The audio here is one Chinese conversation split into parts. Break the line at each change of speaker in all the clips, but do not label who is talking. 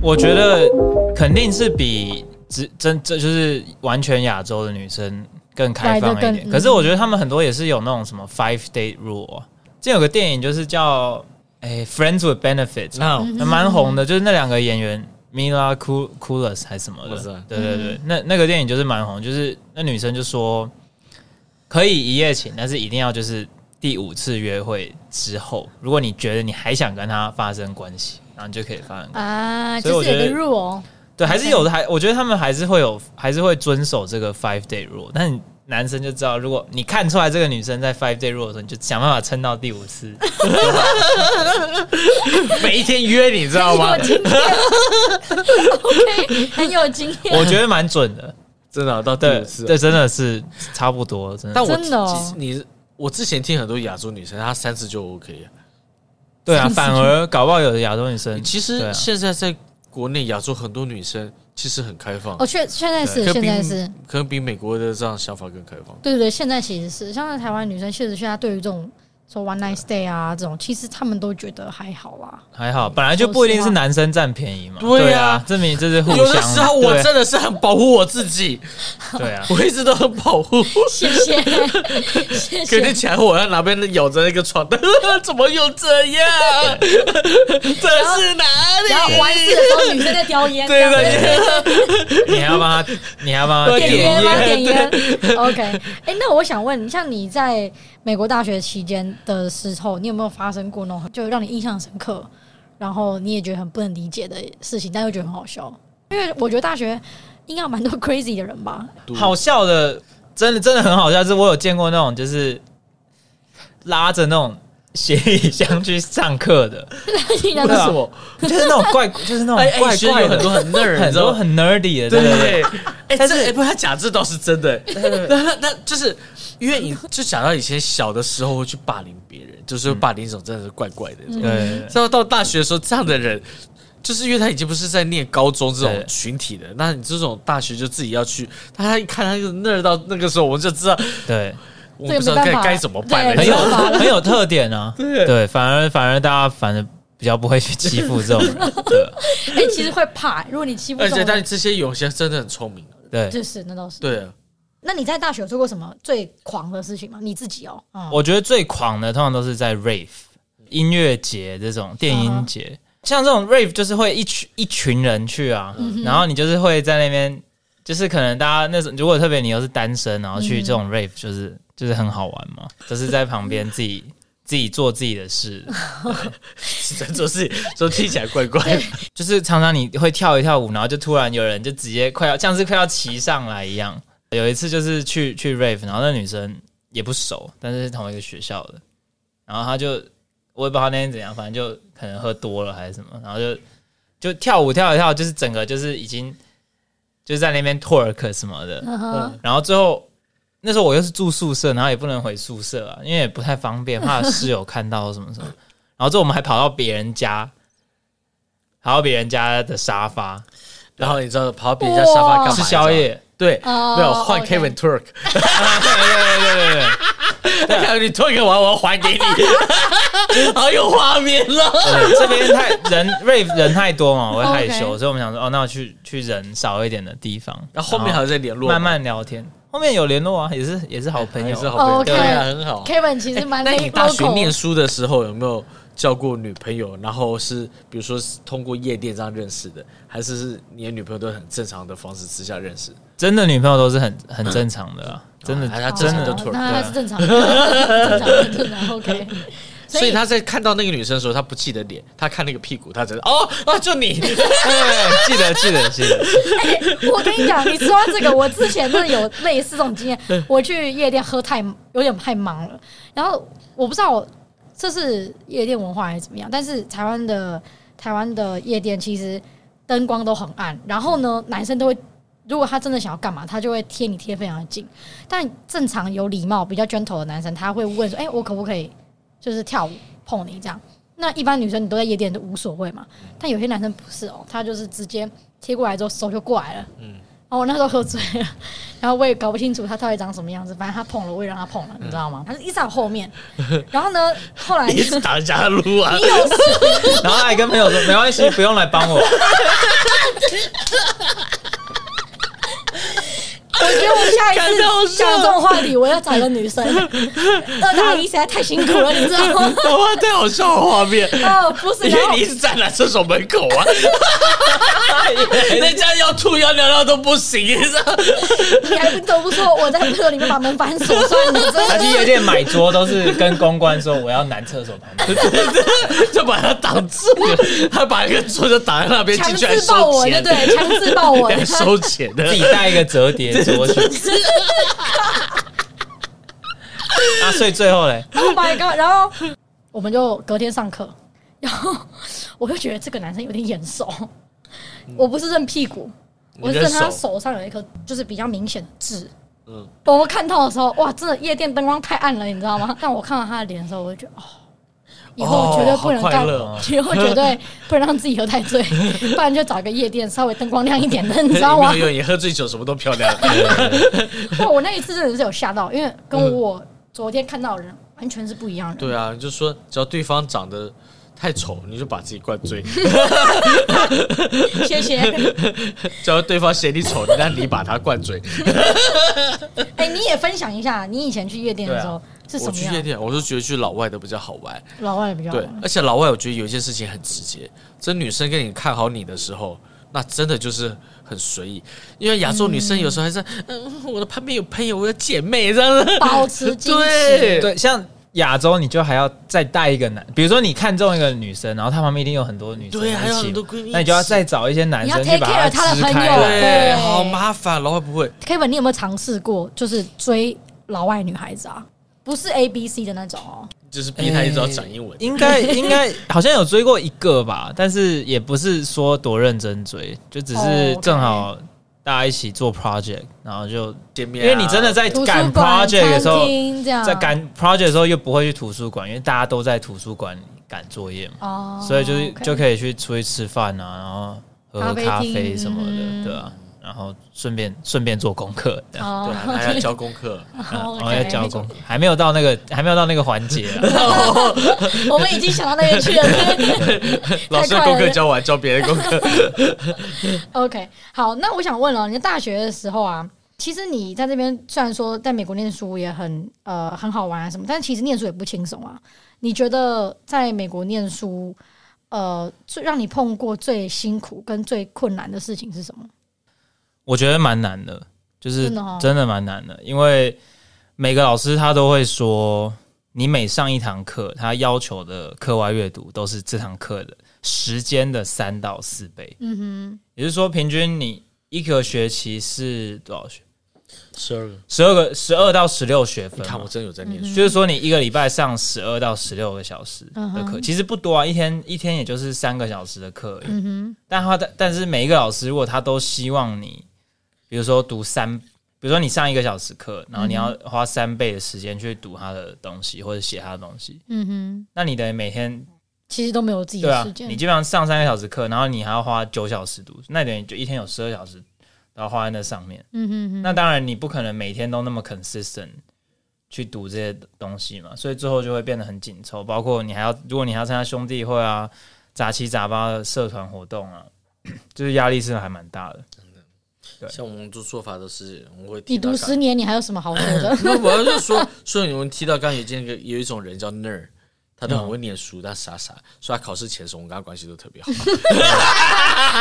我觉得肯定是比只真这就是完全亚洲的女生更开放一
来得
点。
更嗯
可是我觉得他们很多也是有那种什么 five date rule，、啊、之前有个电影就是叫哎、Friends with Benefits，
那
还蛮红的，就是那两个演员 Mila Ku- Kunis 还是什么
我知道
的，对对
嗯
对，那那个电影就是蛮红，就是那女生就说可以一夜情，但是一定要就是第五次约会之后，如果你觉得你还想跟他发生关系，然后你就可以发生关系。
啊，
所以
就
我
是有
觉
个
得
rule，
对，还是有的，还我觉得他们还是会有，还是会遵守这个 five day rule，但你。男生就知道，如果你看出来这个女生在 five day rule 的时候，你就想办法撑到第五次。
每一天约你知道吗
我？今天 OK，很有经 验。
我觉得蛮准的，
真的啊到第
对
五，次
这，真的是差不多，真的。
但我
真的哦
其你我之前听很多亚洲女生，她三次就 OK 了。
对啊，
上次
反
就
而搞不好有的亚洲女生，
其
对
实
啊
现在在国内亚洲很多女生其实很开放
哦，，确现在是
对可
现
比
在是，
可能比美国的这样想法更开放。
对对对，现在其实是像在台湾女生，确实现在对于这种说 one night stay 啊这种，其实他们都觉得还好啦。
还好，本来就不一定是男生占便宜嘛。
说实话
对啊，证明这是互
有
相
的
的。
时候啊我真的是很保护我自 己，
对对啊，
我一直都很保护。
谢谢，谢
隔天
谢。
起来，我在哪边咬着那个床单， 怎么又这样？这是哪
然后
里？
完事的时候，女生在叼烟，
对
这样子
对对，
你还要帮他，你还要帮他
对
点
点
烟
烟。
吗？点 烟。OK，哎、那我想问，像你在美国大学期间的时候，你有没有发生过那种就让你印象深刻，然后你也觉得很不能理解的事情，但又觉得很好笑？因为我觉得大学应该有蛮多 crazy 的人 吧。
啊
好笑的，真的真的很好笑。是我有见过那种就是拉着那种行李箱去上课 的，
竟然
为
都
什么？
就是那种怪，就是那
哎
种怪
哎，学
怪
有
的，
很 多很 nerd，你
很
知道
多
吗？
很 nerdy 的，对对对。
对，哎，这哎不，他讲这倒是真的。那那那就是因为你就想到以前小的时候会去霸凌别人，
嗯
就是霸凌这种真的是怪怪的。
对
嗯
对对
然后到大学的时候，这样的人，就是因为他已经不是在念高中这种
对
群体的，那你这种大学就自己要去，他一看他就那到那个时候，我们就知道，
对，
我们不知道
这个没
该
办法
该怎么办了。
很
你知
有
道吗
吧
很有特点啊。
对
对，反而反而大家反而比较不会去欺负这种 人。对
哎、其实会怕，如果你欺负
而
这
且
种
但
人，
这些有些真的很聪明，啊
对，
就是那倒是。
对啊，
那你在大学有做过什么最狂的事情吗？你自己哦，嗯、
我觉得最狂的通常都是在 rave 音乐节这种电音节像这种 rave 就是会一群一群人去啊，然后你就是会在那边，就是可能大家那种如果特别你又是单身，然后去这种 rave 就是、就是很好玩嘛，就是在旁边自己自己做自己的事，
是在做事，说听起来怪怪的。
就是常常你会跳一跳舞，然后就突然有人就直接快要像是快要骑上来一样。有一次就是去去 rave，然后那女生也不熟，但是是同一个学校的，然后她就我也不知道她那天怎样，反正就可能喝多了还是什么，然后就就跳舞跳一跳，就是整个就是已经就是在那边 twerk 什么的，
嗯哼
然后最后那时候我又是住宿舍，然后也不能回宿舍啊，因为也不太方便，怕室友看到什么什么。然后之后我们还跑到别人家，跑到别人家的沙发
然后你知道跑到别人家沙发干嘛？
吃宵夜，
对，
哦
没有换
OK
Kevin Turk，
对对对对
然后你 Turk 完我要 还给你，好有画面了。
对对，这边太人 rave 人太多嘛，我会害
OK
羞，所以我们想说哦，那我去去人少一点的地方，
然后后面还有在联络吗，
慢慢聊天，后面有联络啊，也是也是好朋
还
友
是
啊，
好朋友，
哦 OK
对啊，很好。
Kevin 其实蛮
那
local、
你大学念书的时候有没有交过女朋友？然后是比如说是通过夜店这样认识的，还是是你的女朋友都很正常的方式之下认识？
真的女朋友都是很很正常的啊，真的
啊他
真
正常
的
就 突
哦
然
那
对
还
啊
是正常的， 正常的正常的 OK。
所以他在看到那个女生的时候，他不记得脸，他看那个屁股，他只是 哦啊，就你，
对，哎记得记得记得，
我跟你讲，你说到这个，我之前真的有类似这种经验。我去夜店喝太有点太忙了，然后我不知道我这是夜店文化还是怎么样，但是台湾的台湾的夜店其实灯光都很暗，然后呢，男生都会。如果他真的想要干嘛，他就会贴你贴非常的近。但正常有礼貌、比较 gentle 的男生，他会问说：“哎、我可不可以就是跳舞碰你这样？”那一般女生你都在夜店都无所谓嘛，但有些男生不是哦，他就是直接贴过来之后手就过来了，后我那时候喝醉了， 然后我也搞不清楚他到底长什么样子，反正他碰了，我也让他碰了，你知道吗？他就一直在我后面，然后呢，后 来
你是打架撸啊？
然后还跟朋友说没关系，不用来帮我。
我觉得我下一
感到好
次
笑
讲这种话题，我要找一个女生。二打一实在太辛苦了，你知道 吗？
哇，太好笑的画面！
哦，不是，
因
然后
为你一直站在厕所门口 啊，人家要吐要尿尿都不行，你知道？
你还都不说我在厕所里面把门反锁，所以你真
他
的
去夜店买桌都是跟公关说我要男厕所旁边，
就把他挡住了，他把一个桌子挡在那边，
强
进去 还
制抱
收
我，对
钱，
不对？强制抱我，
还收钱 的
自。己带一个折叠桌去。啊，所以最后嘞，
Oh my god！然后我们就隔天上课，然后我就觉得这个男生有点眼熟，我不是认屁股，
你
我是
认
认他
手
手上有一颗就是比较明显的痣。
嗯
嗯，等我看到的时候，哇，真的夜店灯光太暗了，你知道吗？ 但我看到他的脸的时候，我就觉得哦。以后绝对不能
哦好快
干，
乐哦
以后绝对不能让自己喝太醉， 不然就找一个夜店稍微灯光亮一点的，你知道吗
没？有，你喝醉酒什么都漂 亮。
哇，我那一次真的是有吓到，因为
嗯
跟我昨天看到的人完全是不一样的人。
对啊，就说只要对方长得太丑，你就把自己灌醉；
谢 谢。
只要对方嫌你丑，那你把他灌醉。
哎、你也分享一下，你以前去夜店的时候、是什
啊我
么
去
样？
夜店，我是觉得去老外的比较好玩。
老外比较好
对，而且老外我觉得有一件事情很直接，这女生跟你看好你的时候，那真的就是很随意，因为亚洲女生有时候还是嗯，我的旁边有朋友，我有姐妹这 样子。
保 持矜持。
对
对，像亚洲你就还要再带一个男，比如说你看中一个女生，然后她旁边一定有很多女生
对
一起
还有很多闺蜜
那你就要再找一些男生
你要
去
take
把
care 她的
支
朋
开
友
来。
对
好麻烦，老外不会。
Kevin，你有没有尝试过就是追老外女孩子啊？不是 A B C 的那种哦，
就是逼他一直要讲英文。
应该应该好像有追过一个吧，但是也不是说多认真追，就只
哦
是
，OK
正好大家一起做 project，然后就
见面
因
啊、
为你真的在
图
赶
书馆、
project 的时
餐
候，
厅这样，
在赶 project 的时候又不会去图书馆，因为大家都在图书馆赶作业嘛，
哦，
所以就是就
以
可以去出去吃饭啊，然后喝喝
咖
咖
啡厅
啡什么
嗯
的，对啊，然后顺便顺便做功课，这样
哦
对、啊， 还要交功课。
然后
OK
要交功，还没有到那个还没有到那个环节啊。
我们已经想到那边去 了。
老师的功课交完，交别人功课。
OK，好，那我想问哦了，你大学的时候啊，其实你在这边虽然说在美国念书也很呃很好玩啊什么，但其实念书也不轻松啊。你觉得在美国念书，呃，最让你碰过最辛苦跟最困难的事情是什么？
我觉得蛮难的，就是
真的哦
真的蛮难的，因为每个老师他都会说，你每上一堂课，他要求的课外阅读都是这堂课的时间的三到四倍，
嗯
也就是说，平均你一个学期是多少学？
十二个，
十二个，十二到十六学分
你
嘛。
看我真的有在念书。
就是说，你一个礼拜上十二到十六个小时
嗯
的课，
哼
其实不多啊，一天一天也就是三个小时的课而已。
哼，嗯
但他但但是每一个老师，如果他都希望你，比如说读三，比如说你上一个小时课，然后你
嗯
要花三倍的时间去读他的东西或者写他的东西
哼，，嗯哼，
那你等于每天
其实都没有自己
对
的
啊
时，间。
你基本上上三个小时课，然后你还要花九小时读，那等于就一天有十二小时都要花在那上面。
嗯哼哼，
那当然你不可能每天都那么 consistent 去读这些东西嘛，所以最后就会变得很紧凑。包括你还要，如果你还要参加兄弟会啊、杂七杂八的社团活动啊，就是压力是还蛮大的。
像我们做做法都是，我会
你
提到
读
刚？
十年，你还有什么好说的
那我要是说说你们提到刚刚有见个有一种人叫 nerd，他都很会念书，但傻傻，所以他考试前的时候我跟他关系都特 别好。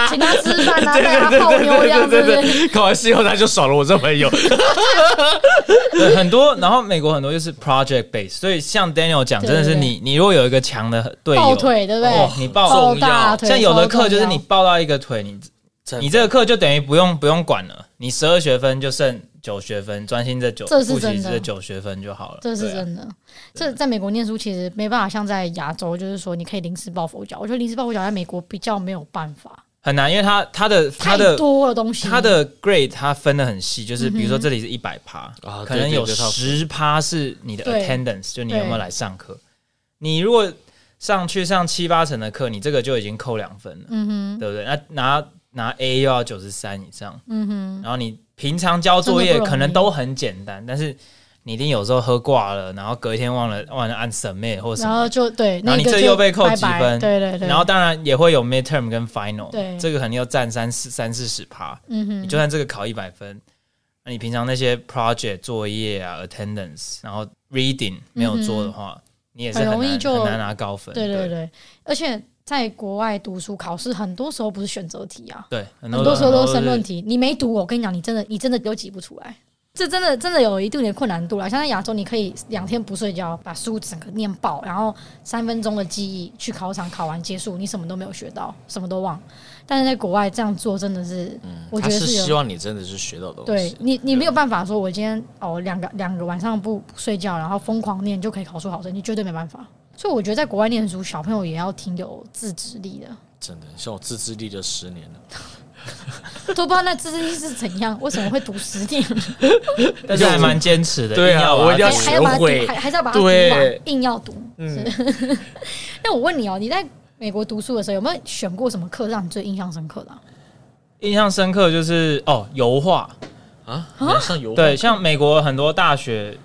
请他吃饭啊，带他泡妞这样子。
对，考完试以后他就少了我这朋友。
对，很多，然后美国很多就是 project base，所以像 Daniel 讲，
对
真的是
对
你，你如果有一个强的队友，
抱腿对不对
哦你抱，
抱
重要
大腿，啊
像有的
超重
课就是
要
你抱到一个腿，你你这个课就等于不用不用管了，你十二学分就剩九学分，专心这九
这是
复
真
习
的
这九学分就好了。
这是
对啊
真的。这在美国念书其实没办法像在亚洲，就是说你可以临时抱佛脚。我觉得临时抱佛脚在美国比较没有办法，
很难，因为他他的他
太
的
多了东西。
他的 grade 它分的很细，就是比如
嗯
说这里是一百趴
啊，
可能有
对对对
十趴是你的
对
attendance，就你有没有来上课。你如果上去上七八成的课，你这个就已经扣两分了，
嗯哼，
对不对？那拿拿 A 又要九十三以上，
嗯哼，
然后你平常交作
真的
业
不容易
可能都很简单，但是你一定有时候喝挂了，然后隔一天忘了忘了按 submit 或什
然
么，
后就对，
然后
那
你
个
这
就
又被扣
拜
几
拜
分
对对对，
然后当然也会有 midterm 跟 final，
对
这个可能要占三四三四十趴。
嗯哼，
你就算这个考一百分，那你平常那些 project 作业啊、attendance，然后 reading 没有做的话，你也是很难
嗯很容易就
很难拿高分。
对对
对
对，而且在国外读书考试，很多时候不是选择题啊，
对，很
很多时候都是申论
是
题。你没读，我跟你讲，你真的你真的都挤不出来。这真的真的有一定的困难度啦。像在亚洲，你可以两天不睡觉，把书整个念爆，然后三分钟的记忆去考场考完结束，你什么都没有学到，什么都忘。但是在国外这样做真的是，我觉
嗯他
得
是
有
希望你真的是学到东
对
西。
你，你没有办法说，我今天哦两个两个晚上不不睡觉，然后疯狂念就可以考出好成绩，绝对没办法。所以我觉得在国外念书，小朋友也要挺有自制力的，
真的，像我自制力的十年了，
都不知道那自制力是怎样，为什么会读十年，
但是还蛮坚持的。
对啊
把它
我一定要
还
读
还要把它读
学，会
还还是要把它读完
对，
硬要读。
嗯，
那我问你哦，你在美国读书的时候，有没有选过什么课让你最印象深刻的啊、
印象深刻就是哦，油画，
啊，你要上油画
对，像美国很多大学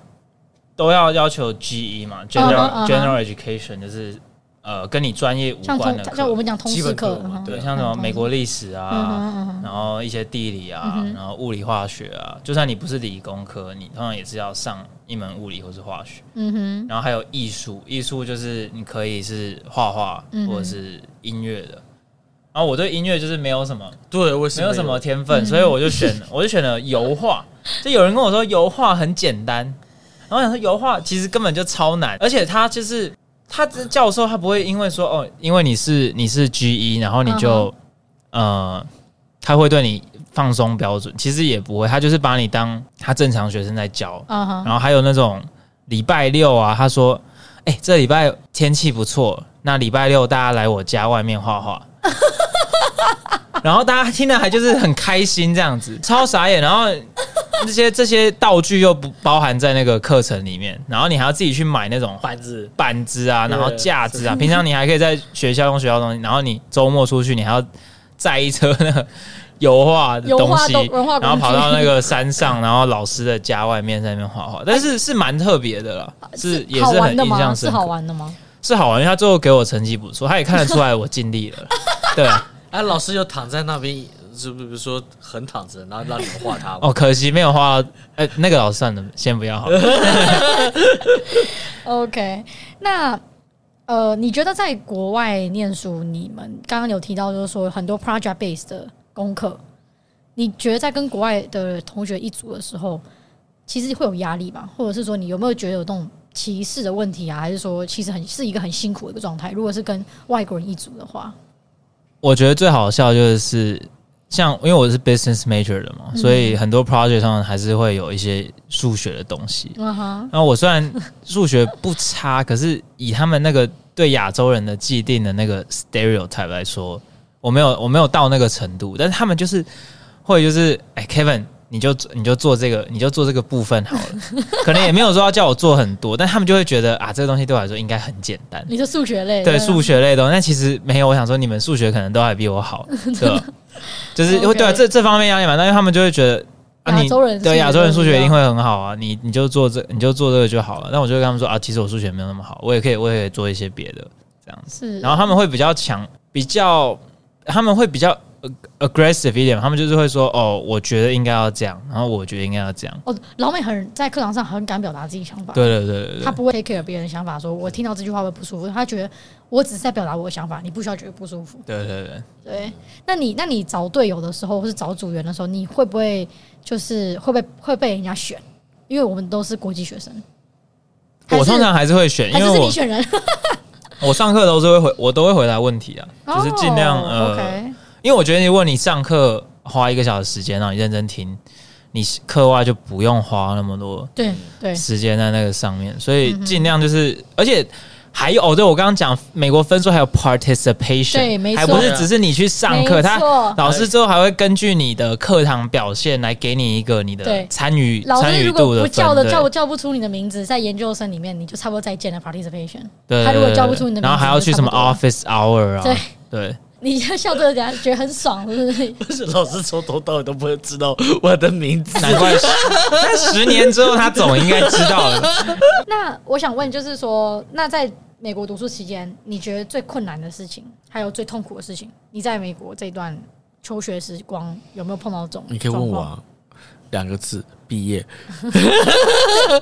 都要要求 GE 嘛，General、
嗯哼
General Education，就是呃跟你专业无
像
关
通
的
像我
课，
们讲通
基
识
本
课
课，嘛
嗯
对，
对
像什么
嗯
美国历史啊。
嗯哼嗯哼
然后一些地理啊，
嗯哼
然后物理化学啊，就算你不是理工科，你通常也是要上一门物理或是化学。
嗯哼，
然后还有艺术，艺术就是你可以是画画
嗯哼
或者是音乐的。然后我对音乐就是没有什么
对，我也是
没有什么嗯天分，所以我就选 我就选了油画。就有人跟我说油画很简单，然后我想说油画其实根本就超难，而且他就是他这教授他不会因为说哦，因为你是你是 G 一，然后你就、呃他会对你放松标准，其实也不会，他就是把你当他正常学生在教。
嗯哼，
然后还有那种礼拜六啊，他说：“哎、这礼拜天气不错，那礼拜六大家来我家外面画画。”然后大家听了还就是很开心这样子，超傻眼。然后这些这些道具又不包含在那个课程里面，然后你还要自己去买那种
板子，
板子啊，
对
然后架子啊。平常你还可以在学校用学校的东西，然后你周末出去你还要载一车那个 油画的
油
东
画
西，
都文化
然后
工
跑到
具
那个山上，然后老师的家外面在那边 画画，但是是蛮特别的啦，是也
啊好
是
玩
很
的
印
吗？
象
是
深
好
刻，
玩的吗？
是好玩，因为他最后给我成绩不错，他也看得出来我尽力 了，对，啊
哎，老师就躺在那边，是不是说横躺着，然后让你们画 他吗？
哦，可惜没有画到，哎，那个老师算了，先不要好了，
OK，那呃，你觉得在国外念书，你们刚刚有提到，就是说很多 project base 的功课，你觉得在跟国外的同学一组的时候，其实会有压力吗？或者是说，你有没有觉得有那种歧视的问题啊？还是说，其实很是一个很辛苦的一个状态？如果是跟外国人一组的话，
我觉得最好笑就是。像因为我是 business major 的嘛，所以很多 project 上还是会有一些数学的东西。
嗯哼，
然后我虽然数学不差，可是以他们那个对亚洲人的既定的那个 stereotype 来说，我没有我没有到那个程度，但是他们就是会就是哎、Kevin，你就你就做这个你就做这个部分好了，可能也没有说要叫我做很多，但他们就会觉得啊这个东西对我来说应该很简单，
你是数学类，
对数学类的东西，但其实没有。我想说，你们数学可能都还比我 好，对吧？就是会
哦 OK
对啊，这这方面压力蛮大，因为他们就会觉得。啊、你
亚洲人数
对
学
亚洲人
都
数
不一
学一
样
定会很好啊，你你就做这你就做这个就好了。但我就会跟他们说啊，其实我数学没有那么好，我也可以我也可以做一些别的这样子。
是，
然后他们会比较强，比较他们会比较 ag- aggressive 一点，他们就是会说哦，我觉得应该要这样，然后我觉得应该要这样。
哦，老美很在课堂上很敢表达自己想法，
对对对对对
他，不会 take care 别人的想法说我听到这句话会不舒服，他觉得我只是在表达我的想法，你不需要觉得不舒服。
对对对。
对，那你那你找队友的时候，或是找组员的时候，你会不会就是会被会被人家选？因为我们都是国际学生，还
我
是
通常还是会选，因
还
为
是是
我
你选人，
我上课都是会回，我都会回答问题啊，就是尽量、
哦
呃
OK，
因为我觉得，如果你上课花一个小时时间让你认真听，你课外就不用花那么多
对对，嗯
时间在那个上面，所以尽量就是，而且还有哦，对我刚刚讲美国分数还有 participation，
对没错
还不是只是你去上课，
没
他
错
老师之后还会根据你的课堂表现来给你一个你的
对
参与
老
参
师
与
如
度
果
的
不
分
叫的
对
叫不叫不出你的名字，在研究生里面你就差不多再见了 participation。
对，
他如果
对
叫
对
不出你的名字
然后还要去什么
就差
office hour 啊，
对
对
你现在笑这个，等下觉得很爽，是不是？
不是老师从头到尾都不会知道我的名 字。
难怪 十，但十年之后他总应该知道了。
那我想问，就是说，那在美国读书期间，你觉得最困难的事情，还有最痛苦的事情，你在美国这段求学时光有没有碰到这种？
你可以问我，啊，两个字，毕业。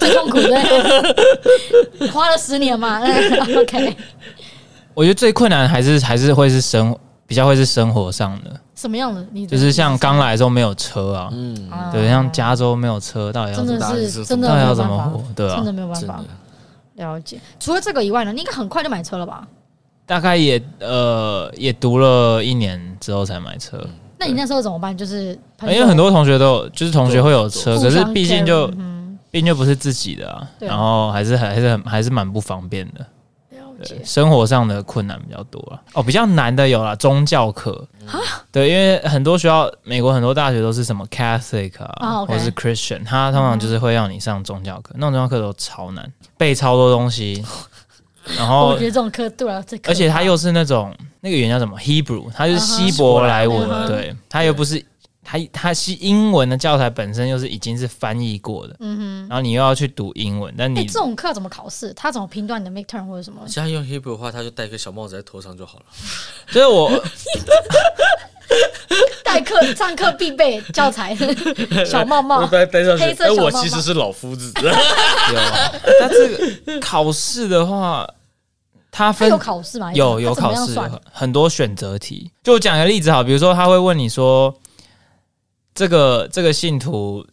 最痛苦的，花了十年嘛哎？OK，
我觉得最困难还是还是会是生活，比较会是生活上的，
什么样的？你
就是像刚来的时候没有车啊，
嗯，
啊
对，像加州没有车，到底要
真
怎么
的
答案
是
是
真
到
的
底
没
要
有
怎
办
么
法
活，？对啊
真的，没有办
真
法
的。
了解。除了这个以外呢，你应该很快就买车了吧？
大概也呃也读了一年之后才买车，
那你那时候怎么办？就是朋友
因为很多同学都有，就是同学会有车，
互
可是
相
毕竟
carry，
就
嗯
毕竟就不是自己的啊，
对啊
然后还是还是很还是蛮不方便的。
了
对
解。
生活上的困难比较多了。哦，比较难的有啦，宗教课
啊。
对，因为很多学校，美国很多大学都是什么 Catholic
哦
啊，
，OK
或
嗯
是 Christian，它通常就是会让你上宗教课，那种宗教课都超难，背超多东 西，然
我
后
觉得这种课对我来说最可怕，啊
而且它又是那种那个语言叫什么 Hebrew，它就是希伯来文，
嗯哼
对，它又不是。它它是英文的教材本身又是已经是翻译过的，
嗯
然后你又要去读英文，但
哼，哎、
你
这种课怎么考试？他怎么评断你的 midterm 或者什么？
现在用 Hebrew 的话，他就戴个小帽子在头上就好了。
就是我
代课 上课必备教材，小帽帽。
戴戴上
去黑色小帽帽哎我其实
是老夫 子。
有啊，那这个考试的话，它
他
分
有考试吗？
有有
他怎么
考
样
试
算，
很多选择题。就我讲个例子好，比如说他会问你说，这个这个信徒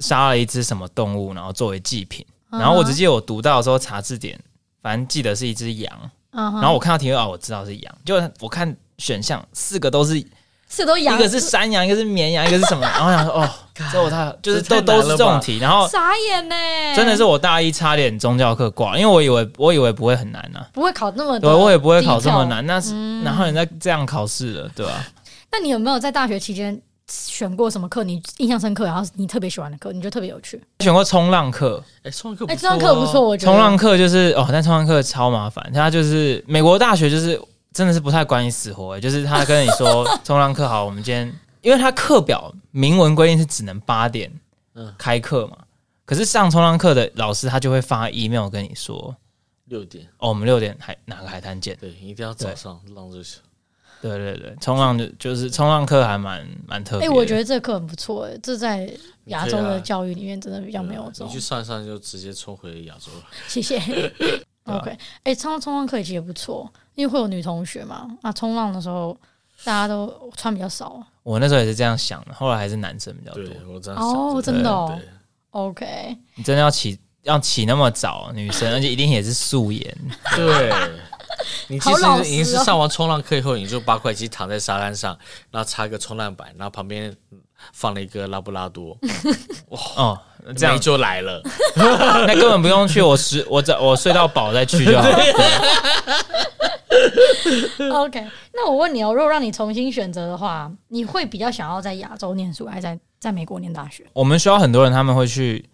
杀了一只什么动物，然后作为祭品。
啊
然后我只记得我读到的时候查字典，反正记得是一只羊。
嗯哼，
然后我看到题目啊，我知道是羊。就我看选项四个都是，一
是都养，
个是山羊，一个是绵羊，一个是什么？然后我想说哦，这我 他就是都
这太难
都是
了
这
吧
种题。然后
傻眼呢、
真的是我大一差点宗教课挂，因为我以为我以为不会很难啊，
不会考那么
对，
多，
我也不会考这么。难，那是然后人家这样考试了，对吧、
那你有没有在大学期间选过什么课你印象深刻，然后你特别喜欢的课，你觉得特别有趣？
选过冲浪课，
哎，冲浪课，
哎、这堂课不错，。我觉得
啊冲浪课就是哦，但冲浪课超麻烦，它就是美国大学就是真的是不太管你死活、欸，就是他跟你说冲浪课好，我们今天因为他课表明文规定是只能八点
嗯
开课嘛，可是上冲浪课的老师他就会发 email 跟你说，
六点，
哦，我们六点海哪个海滩见。
对，一定要早上浪这些。
对对对，冲浪就就是冲浪课还蛮蛮特
哎、
别的。
我觉得这课很不错、哎，这在亚洲
你可以
的
啊
教育里面真的比较没有这种
你去。上一上就直接冲回亚洲了。
谢谢。OK，哎、
啊
冲浪冲浪课其实也不错，因为会有女同学嘛。啊，冲浪的时候大家都穿比较少。
我那时候也是这样想的，后来还是男生比较多。
对，我
呃
这样想
哦，真的哦
对。
OK，
你真的要起要起那么早，女生而且一定也是素颜，
对， 你其
好老
实已经
实
是
哦
上完冲浪课以后，你就八块肌躺在沙滩上，然后插个冲浪板，然后旁边嗯放了一个拉布拉多，
哦，这样
妹就来了。
那根本不用去，我十我早我睡到饱再去就好了。
OK，那我问你哦，如果让你重新选择的话，你会比较想要在亚洲念书，还是在在美国念大学？
我们学校很多人他们会去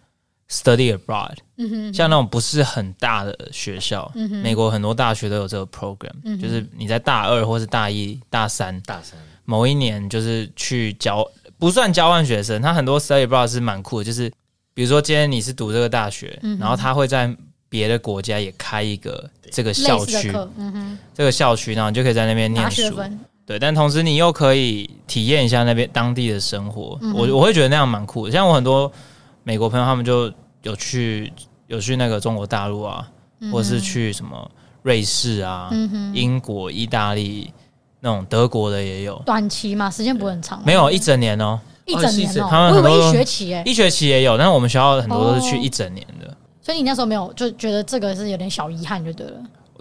study abroad，
嗯哼，嗯
像那种不是很大的学校，美国很多大学都有这个 program，、就是你在大二或是大一、大三
大三，
某一年就是去交不算交换学生，他很多 study abroad 是蛮酷的，就是比如说今天你是读这个大学，
嗯
然后他会在别的国家也开一个这个校
类似
区
的，课，嗯哼，
这个校区，然后你就可以在那边
拿
念
学
书，
分，
对，但同时你又可以体验一下那边当地的生活，
嗯
我我会觉得那样蛮酷的。像我很多美国朋友，他们就有去有去那个中国大陆啊，或者是去什么瑞士啊、
嗯哼，
英国、意大利那种德国的也有，
短期嘛，时间不会很长嘛，
没有一整年哦、
一整年
哦是
哦、
他们
我以
很多
为一
都
学期哎、
一学期也有，但是我们学校很多都是去
哦
一整年的。
所以你那时候没有就觉得这个是有点小遗憾就对了，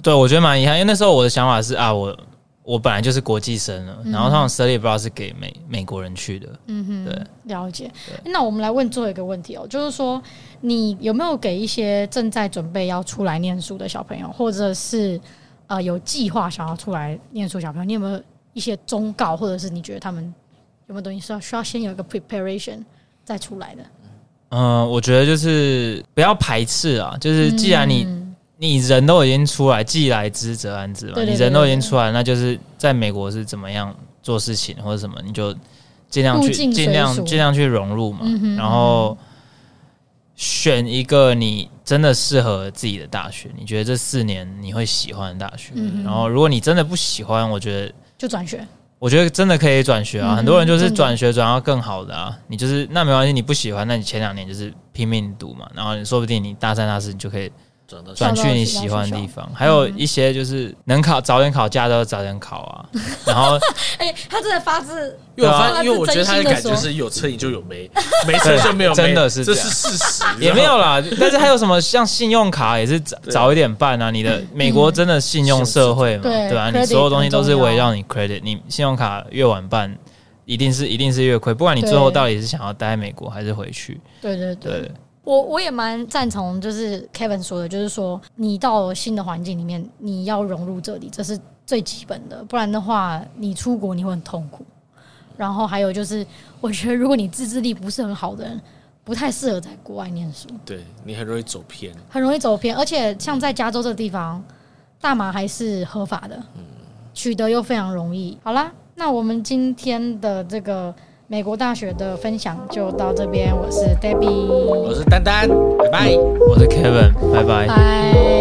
对，我觉得蛮遗憾，因为那时候我的想法是啊，我我本来就是国际生了，然后他们 study 不知道是给美美国人去的，
嗯哼，
对，
了解。那我们来问最后一个问题哦，就是说你有没有给一些正在准备要出来念书的小朋友，或者是呃有计划想要出来念书的小朋友，你有没有一些忠告，或者是你觉得他们有没有东西是要需要先有一个 preparation 再出来的？
呃嗯，我觉得就是不要排斥啊，就是既然你、
嗯
你人都已经出来，既来之则安之嘛。
对对对
你人都已经出来，那就是在美国是怎么样做事情或者什么，你就尽量
入
去
境随
尽量
俗
尽量去融入嘛。
嗯哼
然后选一个你真的适合自己的大学，你觉得这四年你会喜欢的大学。
嗯哼
然后如果你真的不喜欢，我觉得
就转学，
我觉得真的可以转学啊，
嗯
很多人就是
真的
转学转到更好的啊。你就是那没关系，你不喜欢，那你前两年就是拼命读嘛，然后你说不定你大三大四你就可以
转到
转
转
去
去
你
你
喜
喜
欢的
欢的
地
地
方。还有一些就是能考早点考驾照早点考 啊，然后
哎、他真的发自
因
对
为我
啊
发，因为我觉得他的感
他
觉
是真心地
是有车你就有没，没车就没有没，
真的是这
这
样
是事实，
也没有啦，但是还有什么像信用卡也是早
对
早一点办啊。你的美国真的信用社会嘛，
对
对吧、
credit
你所有东西都是
很重要
围绕你 credit，你信用卡越晚办，一定是一定是越亏。不管你最后
对
到底是想要待在美国还是回去，
对对对，
对，
我我也蛮赞同，就是 Kevin 说的，就是说你到新的环境里面，你要融入这里，这是最基本的，不然的话，你出国你会很痛苦。然后还有就是，我觉得如果你自制力不是很好的人，不太适合在国外念书，
对你很容易走偏，
很容易走偏。而且像在加州这个地方，大麻还是合法的，取得又非常容易。好啦，那我们今天的这个美国大学的分享就到这边，我是 Debbie，
我是丹丹，拜拜。
我是 Kevin，拜拜
拜。